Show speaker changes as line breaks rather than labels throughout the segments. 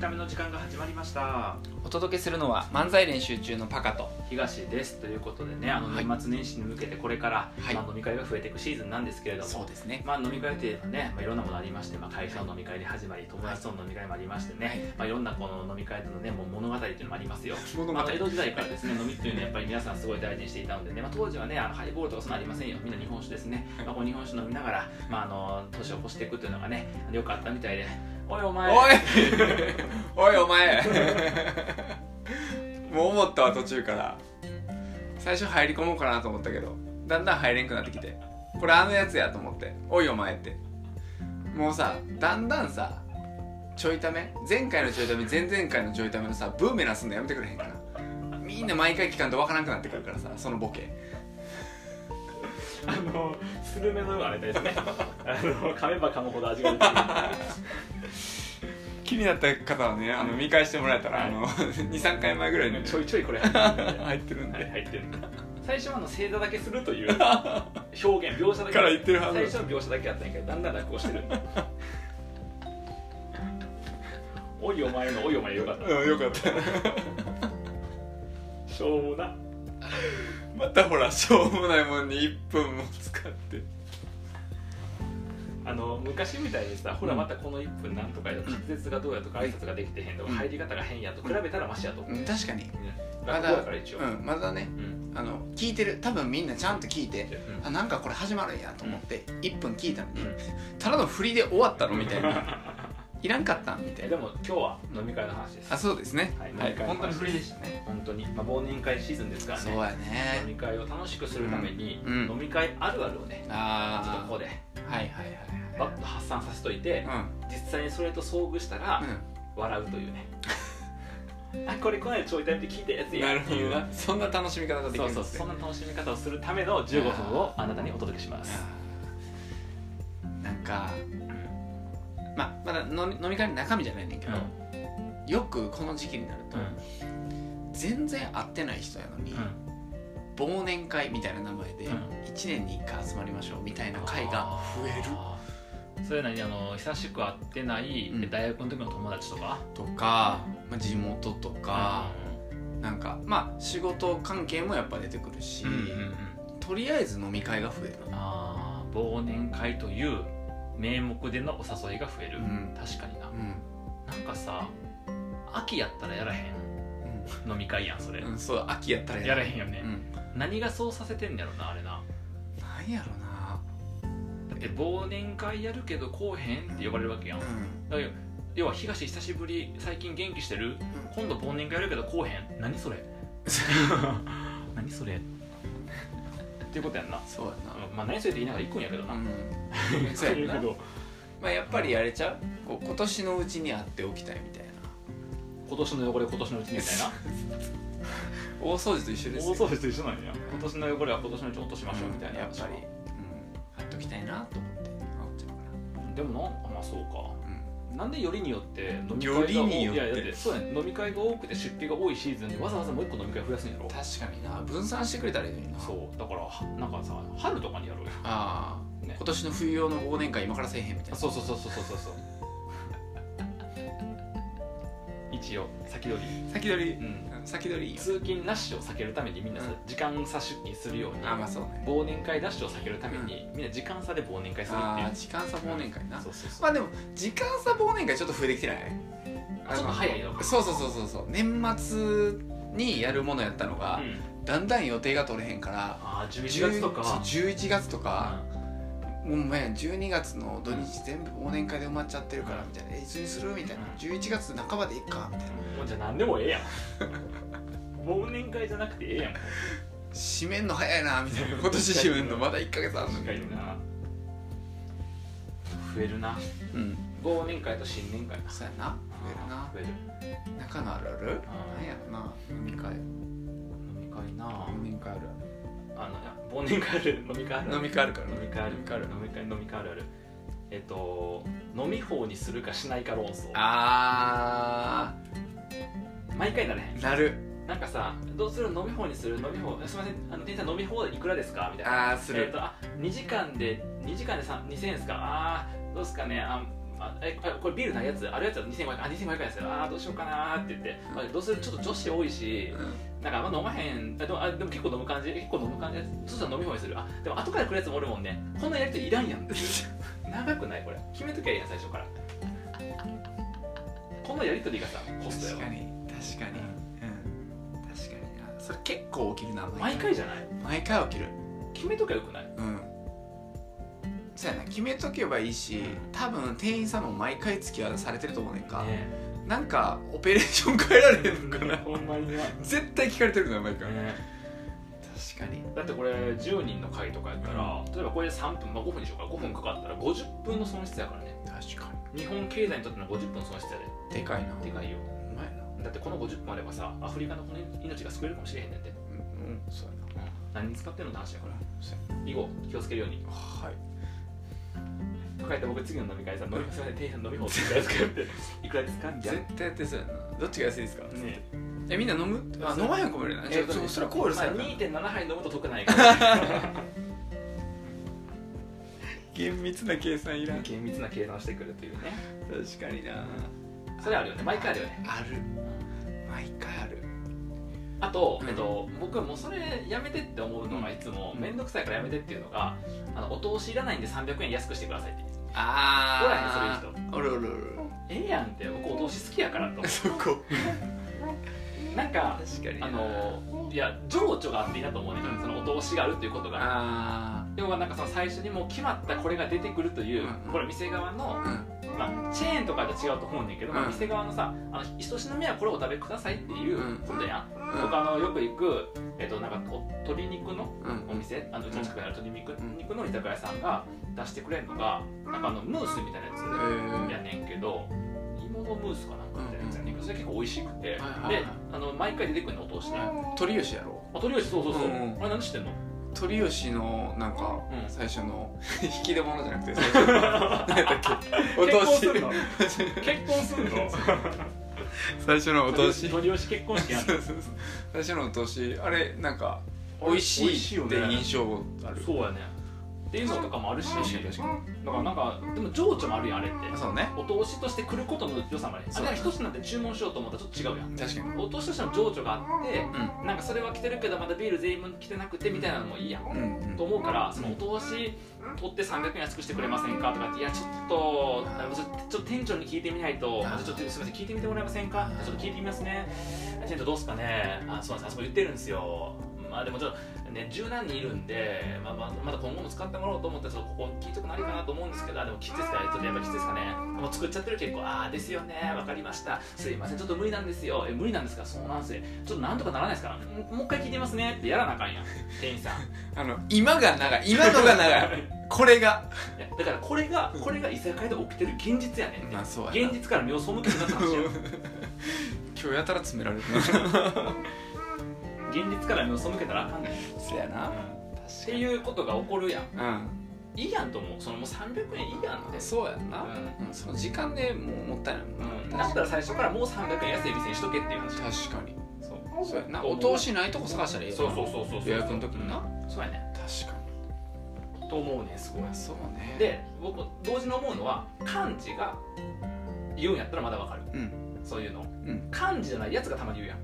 ための時間が始まりました
お届けするのは漫才練習中のパカと
東ですということでねあの
はい
年末年始に向けてこれから、
はい
まあ、飲み会が増えていくシーズンなんですけれども
そうですね
まあ、飲み会といえばね、まあ、いろんなものありまして、まあ、会社の飲み会で始まり友達との飲み会もありましてね、
はい
いまあ、いろんなこの飲み会との、ね、もう物語というのもありますよ
物語
まあ、江戸時代からですね飲みっていうのはやっぱり皆さんすごい大事にしていたのでね、まあ、当時はねあのハイボールとかそんなのありませんよみんな日本酒ですね、まあ、こう日本酒飲みながら、まあ、あの年を越していくというのがね良かったみたいで「おいお前
おいおい お前もう思ったわ途中から最初入り込もうかなと思ったけどだんだん入れんくなってきてこれあのやつやと思って「おいお前」ってもうさだんだんさちょいため前回のちょいため前々回のちょいためのさブーメランすんのやめてくれへんかなみんな毎回聞かんとわからんくなってくるからさそのボケ
あのスルメのあれですねあの噛めば噛むほど味が出てくる
気になった方はねあの見返してもらえたら、あの 23回前ぐらいに、ね、
ちょいちょいこれ入ってるんで
入ってるんで
はい入ってる最初はあの正座だけするという表現描写だけ
から言ってるはず
最初は描写だけやったんやけどだんだん落語してるんでおいお前のおいお前よかった
うんよかった
しょうもな
またほらしょうもないもんに1分も使って
あの昔みたいにさほらまたこの1分なんとかやと滑舌がどうやとか挨拶ができてへんとか
うん
入り方が変やと比べたらマシやと思う、
うん確かにま
落
だ
語だから一応、
うんまだね
うん
あの聞いてる多分みんなちゃんと聞いて
うん
あなんかこれ始まるんやと思って1分聞いたのに
うん
ただの振りで終わったのみたい ないらんかったんみた
え
い
で
な
も今日は飲み会の話です
あそうですね
はい
は
毎
い
回
本当に振りでしたね
本当に、まあ、忘年会シーズンですから
そ
ね
うや
飲み
ね
会を楽しくするために、
うん
飲み会あるあるをねちょっと
あ
ここで
あはいはいは
バッと発散させといて
い、はい
実際にそれと遭遇したら
うんうん
笑うという ねあこれこないちょいタイムで聞いたやつやっていう
そんな楽しみ方ができ
そ
る
うんそ
で
う
す
そ
ね
んな楽しみ方をするための15分をあなたにお届けします
あーなんかまあまだの飲み会の中身じゃないねんけど、よくこの時期になると、全然会ってない人やのに、忘年会みたいな名前で
うん
1年に1回集まりましょうみたいな会が増える
それなりにあの久しく会ってない、
うん
大学の時の友達とか
とか、まあ、地元とか、なんかまあ仕事関係もやっぱ出てくるし、
うんうんうんうん
とりあえず飲み会が増える、
あー忘年会という名目でのお誘いが増える、
うん
確かにな
う
なんかさ秋やったらやらへん飲み会やんそれ、
んうん、そう秋やったら
や
る
らへんよね
う、ん、
何がそうさせてんだろうなあれな
なんやろな
だって忘年会やるけどこうへんって呼ばれるわけやんだ
う
けど要は東久しぶり最近元気してる
ん
今度忘年会やるけどこうへん何それ 何それっていうことやんな
そうやな、
まあ何それって言いながら行くんやけど な、
うん、そうやんな、まあ、やっぱりあれちゃうこう今年のうちに会っておきたいみたいな
今年の汚れ今年のうちにみたいな
大掃除と一緒です
大
よ
掃除と一緒なんや今年の汚れは今年のうちに落としましょうみたいな
やっぱり、うん、会っときたいなと思って会っちゃうか、
でもなんかまあそうから
うん、
なんでよりによって飲み会が
よ
多い
りによって
いやだってそうやね飲み会が多くて出費が多いシーズンにわざわざもう一個飲み会増やすんやろ
確かにな分散してくれたらいいのにな
そうだからなんかさ春とかにや ろうよ
ああ、
ね
今年の冬用の忘年会今からせえへんみたいな
そうそうそうそうそうそう そう一応先取り
先取り
うん
先取りいいよ
通勤ラッシュを避けるためにみんなさ
うん
時間差出勤するように
あまあそうね
忘年会ラッシュを避けるためにみんな時間差で忘年会するってい
あ
う
ー時間差忘年会な、
そうそうそう
まあでも時間差忘年会ちょっと増えてきてない
あちょっと早いのか
そうそうそうそうそう年末にやるものやったのが、
うん
だんだん予定が取れへんから
ああ11月とか
10 11月と
あ
か、もうもうやん12月の土日全部忘年会で埋まっちゃってるからみたいな、えいつにするみたいな
うん
11月半ばでいっかみたいな
もうじゃあ何でもええやん忘年会じゃなくてええやん
締めんの早いなみたいな今年締めんのまだ1か月あるの
確
に
かにな増えるな
うん
忘年会と新年会な
そうやな増えるな
増える
中のあるある
うん
なんやろな飲み会
飲み会なあ
飲み会ある
のいや忘年会ある飲み会ある
飲み会あるから
飲み会ある飲み会飲み会あるあるえっと飲み放にするかしないか論争
あ
毎回なれへん
ーなる
なんかさどうする飲み放にする飲み放すいませんあの店員さん飲み放いくらですかみたいな
あーす
えっ
る
とあ2時間で2時間でさ2000円ですかあーどうっすかねああえあこれビールないやつあるやつは2500円あ2500円ですよあーどうしようかなーって言って、まあ、どうせちょっと女子多いしなんかあんま飲まへんあでもあでも結構飲む感じ結構飲む感じそしたら飲み放題するあでも後から来るやつもおるもんねこんなやりとりいらんやん 長くないこれ決めときゃいいやん最初からこのやりとりがさコスト
確
や
か
わ
に確かにうん確かになそれ結構起きるな
毎回じゃない
毎回起きる
決めときゃよくない
うんそうやな決めとけばいいし多分店員さんも毎回付き合わされてると思うねんか、
ね
なんかオペレーション変えられへんのかな
ほんまにね
絶対聞かれてるのよ毎回、
ね
確かに
だってこれ10人の会とかやったら例えばこれで3分、まあ、5分にしようか5分かかったら50分の損失やからね
確か
日本経済にとっての50分の損失や
にでかいな
ででかいよ
うまいな
だってこの50分あればさアフリカのこの命が救えるかもしれへんねんって
うん、うん、そうやな
何に使ってんのって話やから
そうや
以後気をつけるように
なはい
帰って僕次の飲み会さ飲みすいません店員さん飲み放題いくらですかっていくらですかみたい
絶対やってそうやなどっちが安いですか、
なね
えみんな飲むあ飲まへん子もいるな
え
ちょそそれは考慮された
まあ2.7杯飲むと得ないから
厳密な計算いらん確
厳密な計算をしてくるというね
かにな
それあるよね毎回あるよね
ある毎回ある
あと、
うん
えっと、僕はもうそれやめてって思うのがいつも
うん
面倒くさいからやめてっていうのがあのお通しいらないんで300円安くしてくださいって
あ
ほら
あおるおるおる
ええやんって僕お通し好きやからと
そこ
なんか
確かにな
あのいや情緒があっていいなと思うね
うん
そのお通しがあるっていうことが
あ
要はなんかその最初にもう決まったこれが出てくるという
うん
これ店側の
あ、うん
まあ、チェーンとかと違うと思うんだけど、まあ
うん
店側のさあの一品目はこれお食べくださいっていう
うん
ことやん、僕あのよく行く、えっとなんかお鶏肉の
うん
お店あのうちの近くにある鶏肉
うん
肉の居酒屋さんが出してくれるのがなんかあのムースみたいなや
え
つ
ー
やねんけど芋のムースかなんかみたいなやつやねんけどそれ結構美味しくてで
はいはいはい
あの毎回出てくるのお通しねあ
鳥吉やろ
とりあえずそうそうそう
うんうん
あれ何してんの
鳥吉のなんか
うん
最初の 引き出物じゃなく て最初の何やったっけお通し
結婚するの 結婚するの
最初のお通し
鳥吉結婚式やんの
そうそうそう最初のお通しあれなんか 美味し
美味しい
い
よ
っ
ね
て印象ある
そうやねっていうのとかもあるし
確かに確かに
だからなんかでも情緒もあるやんあれって
そうね
お通しとして来ることの良さまであ
そう
れは一つなんて注文しようと思ったらちょっと違うやん
確かに
お通しとしての情緒があって
う
なんかそれは来てるけどまだビール全員分来てなくてみたいなのもいいやん、
んうん
と思うからそのお通し取って300円安くしてくれませんかとかっていやちょっとあのちょちょっと店長に聞いてみないと
あー
ちょっとすみません聞いてみてもらえませんかちょっと聞いてみますね店長どうっすかねあそうなんですあそこ言ってるんですよまあでもちょっとね十何人いるんで、まあ、まあまだ今後も使ってもらおうと思ったらちょっとここ聞いとくなりかなと思うんですけどあでもきついですかねちょっとやっぱきついですかねもう作っちゃってる結構ああですよねわかりましたすいませんちょっと無理なんですよえ無理なんですかそうなんですよちょっとなんとかならないですかんもう一回聞いてみますねってやらなあかんやん店員さん
あの今が長い今のが長 いこれが
いやだからこれがこれが居酒屋で起きてる現実やねんって、
まあそうやな
現実から目を背けるなって話や
今日やたら詰められ るな
現実から目を背けたらあかんねん、
そうやな
っ
確
ていうことが起こるやん
うん
いいやんと思うそのもう300円いいやんって
そうやんな
う
うんその時間でもうもったいないも
うんん、
な
だったら最初からもう300円安い店にしとけっていう話
確かに
そう
そうやんなお通しないとこ探したらいいよ
そう
な
そうそうそうそう
予約の時にな
うんそうやね
確かに
と思うねんすごい
まあそうね
で僕同時に思うのは漢字が言うんやったらまだわかる
うん
そういうの、
ん
漢字じゃないやつがたまに言うやん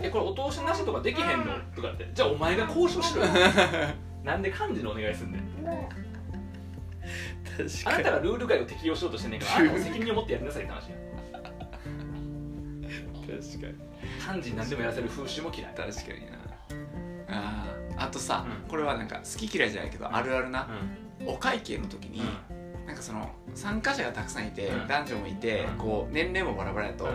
えこれお通しなしとかできへんのとかってじゃあお前が交渉しろよなんで漢字のお願いすんねん
確
あなたがルール外を適用し ようとしてんねんからあなたも責任を持ってやりなさいって話や
確かに
漢字に何でもやらせる風習も嫌い
確かになあーあとさ、
うん
これはなんか好き嫌いじゃないけどあるあるな、
う
お会計の時に、
ん
なんかその参加者がたくさんいて、
うん
男女もいて、
うん
こう年齢もバラバラやと、
うん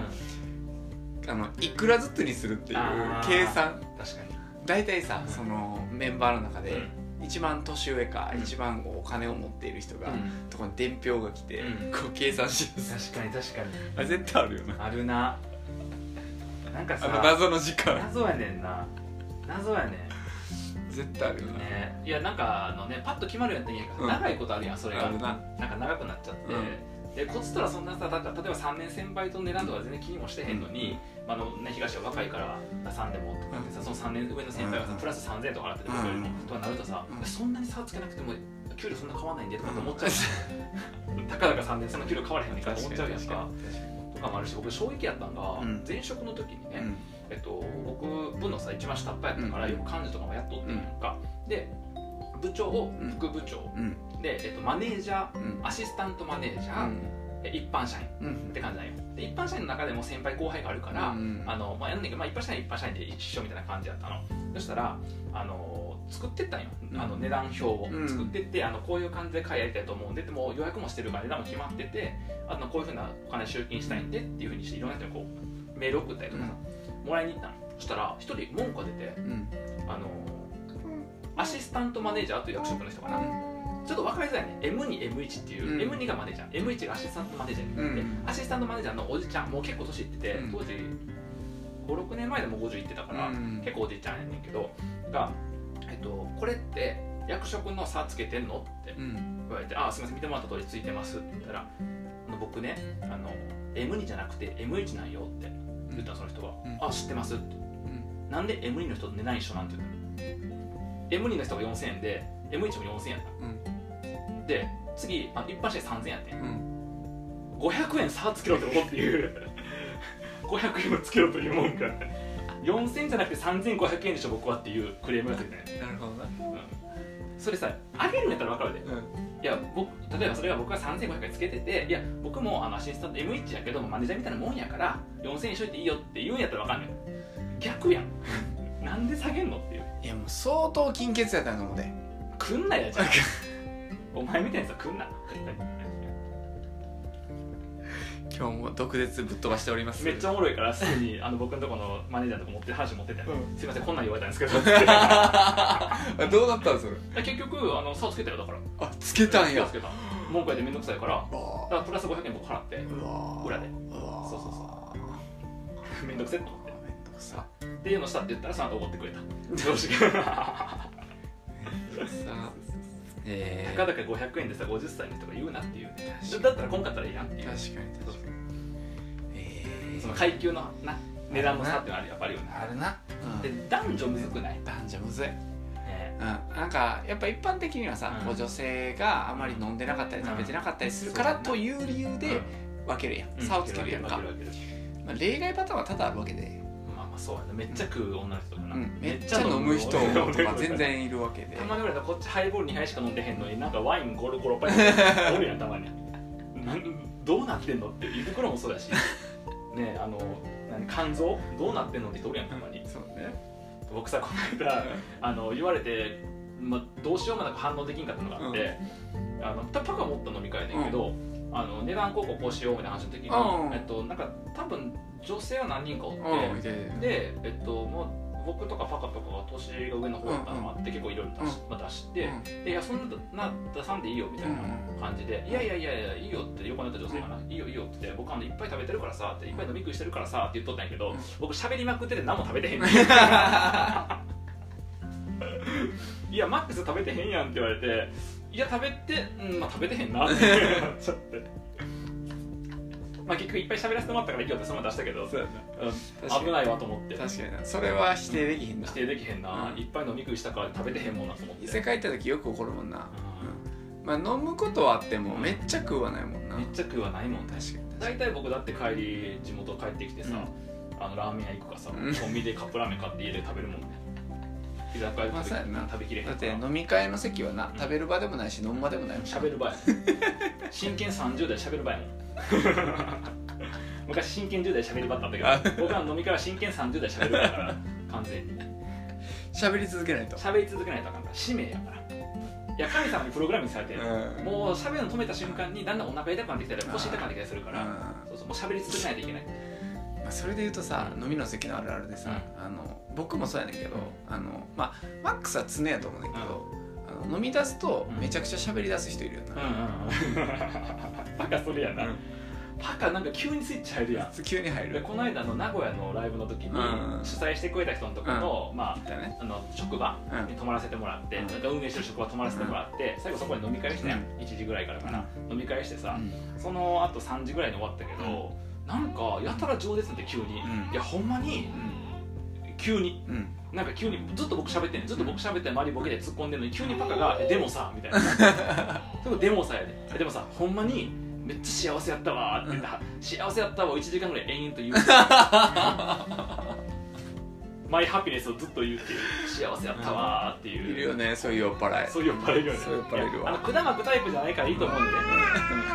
あのいくらずつにするっていう
あー
計算
確か
大体さ、
うん
そのメンバーの中
に
で、一番年上か、
うん
一番お金を持っている人が、
うん
とこに伝票が来て、
うん
こう計算します
確かに確かに
あれ絶対あるよな
あるななんか
あの
さ
謎の時間
謎やねんな謎やね
絶対あるよ
ん
な、
ねいやなんかあのねパッと決まるやったらいいやんか
うん
長いことあるやんそれが
あるな
なんか長くなっちゃって、でこっちとらそんなさだから例えば3年先輩と値段とか全然気にもしてへんのに、まああのね、東は若いから3でもとかってさ、その3年上の先輩がさ、
うん
プラス3000円とか払ってて僕よりも、
うん
とかなるとさ、
うん
そんなに差つけなくても給料そんな変わんないんでとかって思っちゃう、高かだか3年生の給料変わらへんのにかと思っちゃうやん
確
か
かに確かに
とかもあるし僕衝撃やったんが、
うん
前職の時にね、
うん
えっと、僕部のさ一番下っ端やったから、
うん
よく幹事とかもやっとってんやんか、で部長
うん
副部長、
うん
で、えっと、マネージャー
うん
アシスタントマネージャー、え一般社員っ
うんうん
て感じなんよで一般社員の中でも先輩後輩があるから、
うん
あのまあ、やんねんけど、まあ、一般社員は一般社員で一緒みたいな感じやったのそしたらあの作ってったんよ、
うん
あの値段表を
うん
作ってって、あのこういう感じで買いやりたいと思うんででもう予約もしてるから値段も決まっててあとこういうふうなお金集金したいんでっていうふうにしていろんな人にこうメール送ったりとかさ、もらいに行ったのそしたら一人文句が出て
うん
あのアシスタントマネージャーという役職の人かな、ちょっと分かりづらいね M2、M1 っていう、
うん
M2 がマネージャー M1 がアシスタントマネージャーになって、
うん
アシスタントマネージャーのおじちゃんもう結構年いってて
うん
当時56年前でも50いってたから、
うん
結構おじちゃんやねんけどが、えっと「これって役職の差つけてんの?」って
うん
言われて「あすみません見てもらった通りついてます」って言ったら「あの僕ねあの M2 じゃなくて M1 なんよ」って言ったのその人が
うん
「あ知ってます」って「なんで M2 の人と値段一緒なん?」て言ったの M2 の人が4000円で M1 も4000円やった
うん
で次あ一般社員3000円やってん
うん
500円差つけろってことっていう500円をつけろというもんか4000円じゃなくて3500円でしょ僕はっていうクレームがついてね、
なるほどな
うん、それさあげるんやったら分かるで
うん
いや僕例えばそれが僕が3500円つけてていや僕もあのアシスタント M1 やけどもマネージャーみたいなもんやから4000円しといていいよって言うんやったら分かんない逆やんなんで下げんのっていう
いやもう相当金欠やったんやと思うで
くんなやじゃんお前みたいなやつはくんな
今日も毒舌ぶっ飛ばしております
めっちゃ おもろいからすぐにあの僕のとこのマネージャーとか持って話持ってて、
う
すいませんこんなん言われたんですけど
ゃどうだったんそれ
結局あの差をつけたよだから
あつけたんや
差をつけた文句やでめんどくさいから
うわ
だからプラス500円僕払って
うわ
裏で
うわ
そうそうそうめんどくせえと思って
めんどくさ
っていうのしたって言ったらその後怒ってくれ た どうしよう
さえ
た
ー
かだか500円でさ50歳の人が言うなっていうね
確か
だったらこんかったらいいやんってい
に
う
確かに確かにえー
その階級のな値段の差ってのはやっぱりよね
あるな、
で男女むずくない、
男女むずい、うん、
ね
なんかやっぱ一般的にはさ、
うん
こう女性があまり飲んでなかったり
うん
食べてなかったりするから
そう
という理由で分けるやん、
うん
差をつけるやんか、
分ける分ける分ける
まあ、例外パターンは多々あるわけで、
まあまあそうやなめっちゃ食う女の人とかな、
うんめっちゃ飲む人 とか全然いるわけで
たまに俺らこっちハイボール2杯しか飲んでへんの になんかワインゴロゴロパイおるやんたまになんどうなってんのって胃袋も そうだしねあの何肝臓どうなってんのって人おるやんたまに
そうね
僕さこの間あの言われて、まあ、どうしようもなく反応できんかったのがあって、あのたパカ持った飲み会だけど、あの値段こうこうこうしようみたいな話の時に、
うん
えっと、なんか多分女性は何人かおって、
うんいやいやいや
で、えっと、もう僕とかパカとかが年が上の方だったのもあって、結構いろいろ出し,、まあ、出して、でいやそんな出さんでいいよみたいな感じで「いやいやいやいやいいよ」って横にいた女性がな「いいよいいよ」って言って「僕あのいっぱい食べてるからさ」って「いっぱい飲み食いしてるからさ」って言っとったんやけど、
うん
僕喋りまくってて何も食べてへん ねんいやマックス食べてへんやん」って言われて「いや食べてうんまあ食べてへん な」ってなっちゃって。まあ結局いっぱい喋らせてもらったからいいよってそのまま出したけど、
そうや
うん
確かに
危ないわと思って
確かになそれは否定できひんな
否定できへんな、
うん
いっぱい飲み食いしたから食べてへんもんなと思って
異世界行った時よく怒るもんな、うんまあ飲むことはあってもめっちゃ食わないもん
う
なん
めっちゃ食わないもん
確
ね
かに確か
大体僕だって帰り地元帰ってきてさ、あのラーメン屋行くかさ、
うん
コンビニでカップラーメン買って家で食べるもんね居酒屋で
まあ
食
そうや
べ,、
な
食べきれへん
にだっ
か
て
ら
飲み会の席はな
うん
食べる場でもないし飲む場でもないもん
喋る場合 真剣30代喋る場合もん昔真剣10代喋る場だったんだけど僕らの飲み会は真剣30代喋る場だから完全に
喋り続けないと
喋り続けないとあかんから使命やからいや神様にプログラミングされてる、
うん
もう喋るの止めた瞬間にだんだんお腹痛くなってきたり腰痛くなってきたりするか
うん
ら、
ま
そうそうもう喋り続けないといけない、
あそれで言うとさ飲みの席のあるあるでさあの僕もそうやねんけどあのまあマックスは常やと思うねんけどあの飲み出すとめちゃくちゃ喋り出す人いるよ
うん
な
うんうん、パカそれやな、パカなんか急にスイッチ入るやん
急に入
で
る
この間の名古屋のライブの時に
うん
主催してくれた人のとこの、まあ
だね
あの職場
うん
に泊まらせてもらって、
うん
なんか運営してる職場泊まらせてもらって、最後そこで飲み会して、やん、1時ぐらいからかな、飲み会してさ、そのあと3時ぐらいに終わったけど、なんかやたら情熱って急に、
うん
いやほんまに急に
うんうん
なんか急にずっと僕喋ってんねんずっと僕喋って周りボケで突 っ込んでるのに急にパカが「えでもさ」みたいな「でもでもさやでえでもさほんまにめっちゃ幸せやったわ」って言っては「幸せやったわ」を1時間ぐらい延々と言う マイハピネスをずっと言うっていう幸せやったわーっていう
いるよねそういう酔っ払い
そういう酔っ払いるよね
そういう酔っ払いるわ
あの管巻くタイプじゃないからいいと思うんで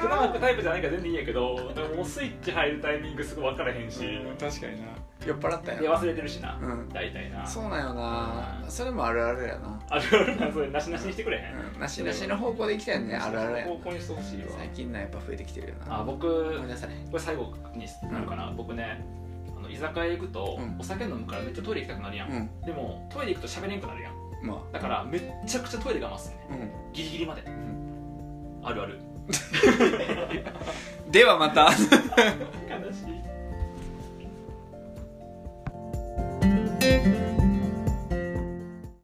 管巻くタイプじゃないから全然いいんやけどでももうスイッチ入るタイミングすぐ分からへんし
うん確かにな酔っ払った
で
よ
忘れてるしな、
うん
大体な
そうなんよなそれもあるあるやな
あるあるなそれなしなしにしてくれへん、
うんなしなしの方向で行きたいよねあるあるや
方向にしてほしいわ
最近のやっぱ増えてきてるよな
あ僕
思い出されへん
これ最後になるかな、僕ねあの居酒屋行くと、
うん
お酒飲むからめっちゃトイレ行きたくなるやん、
うん
でもトイレ行くと喋れんくなるやん
ま
だからめっちゃくちゃトイレ我慢すんね
あうん
ギリギリまで、
ん
あるある
ではまた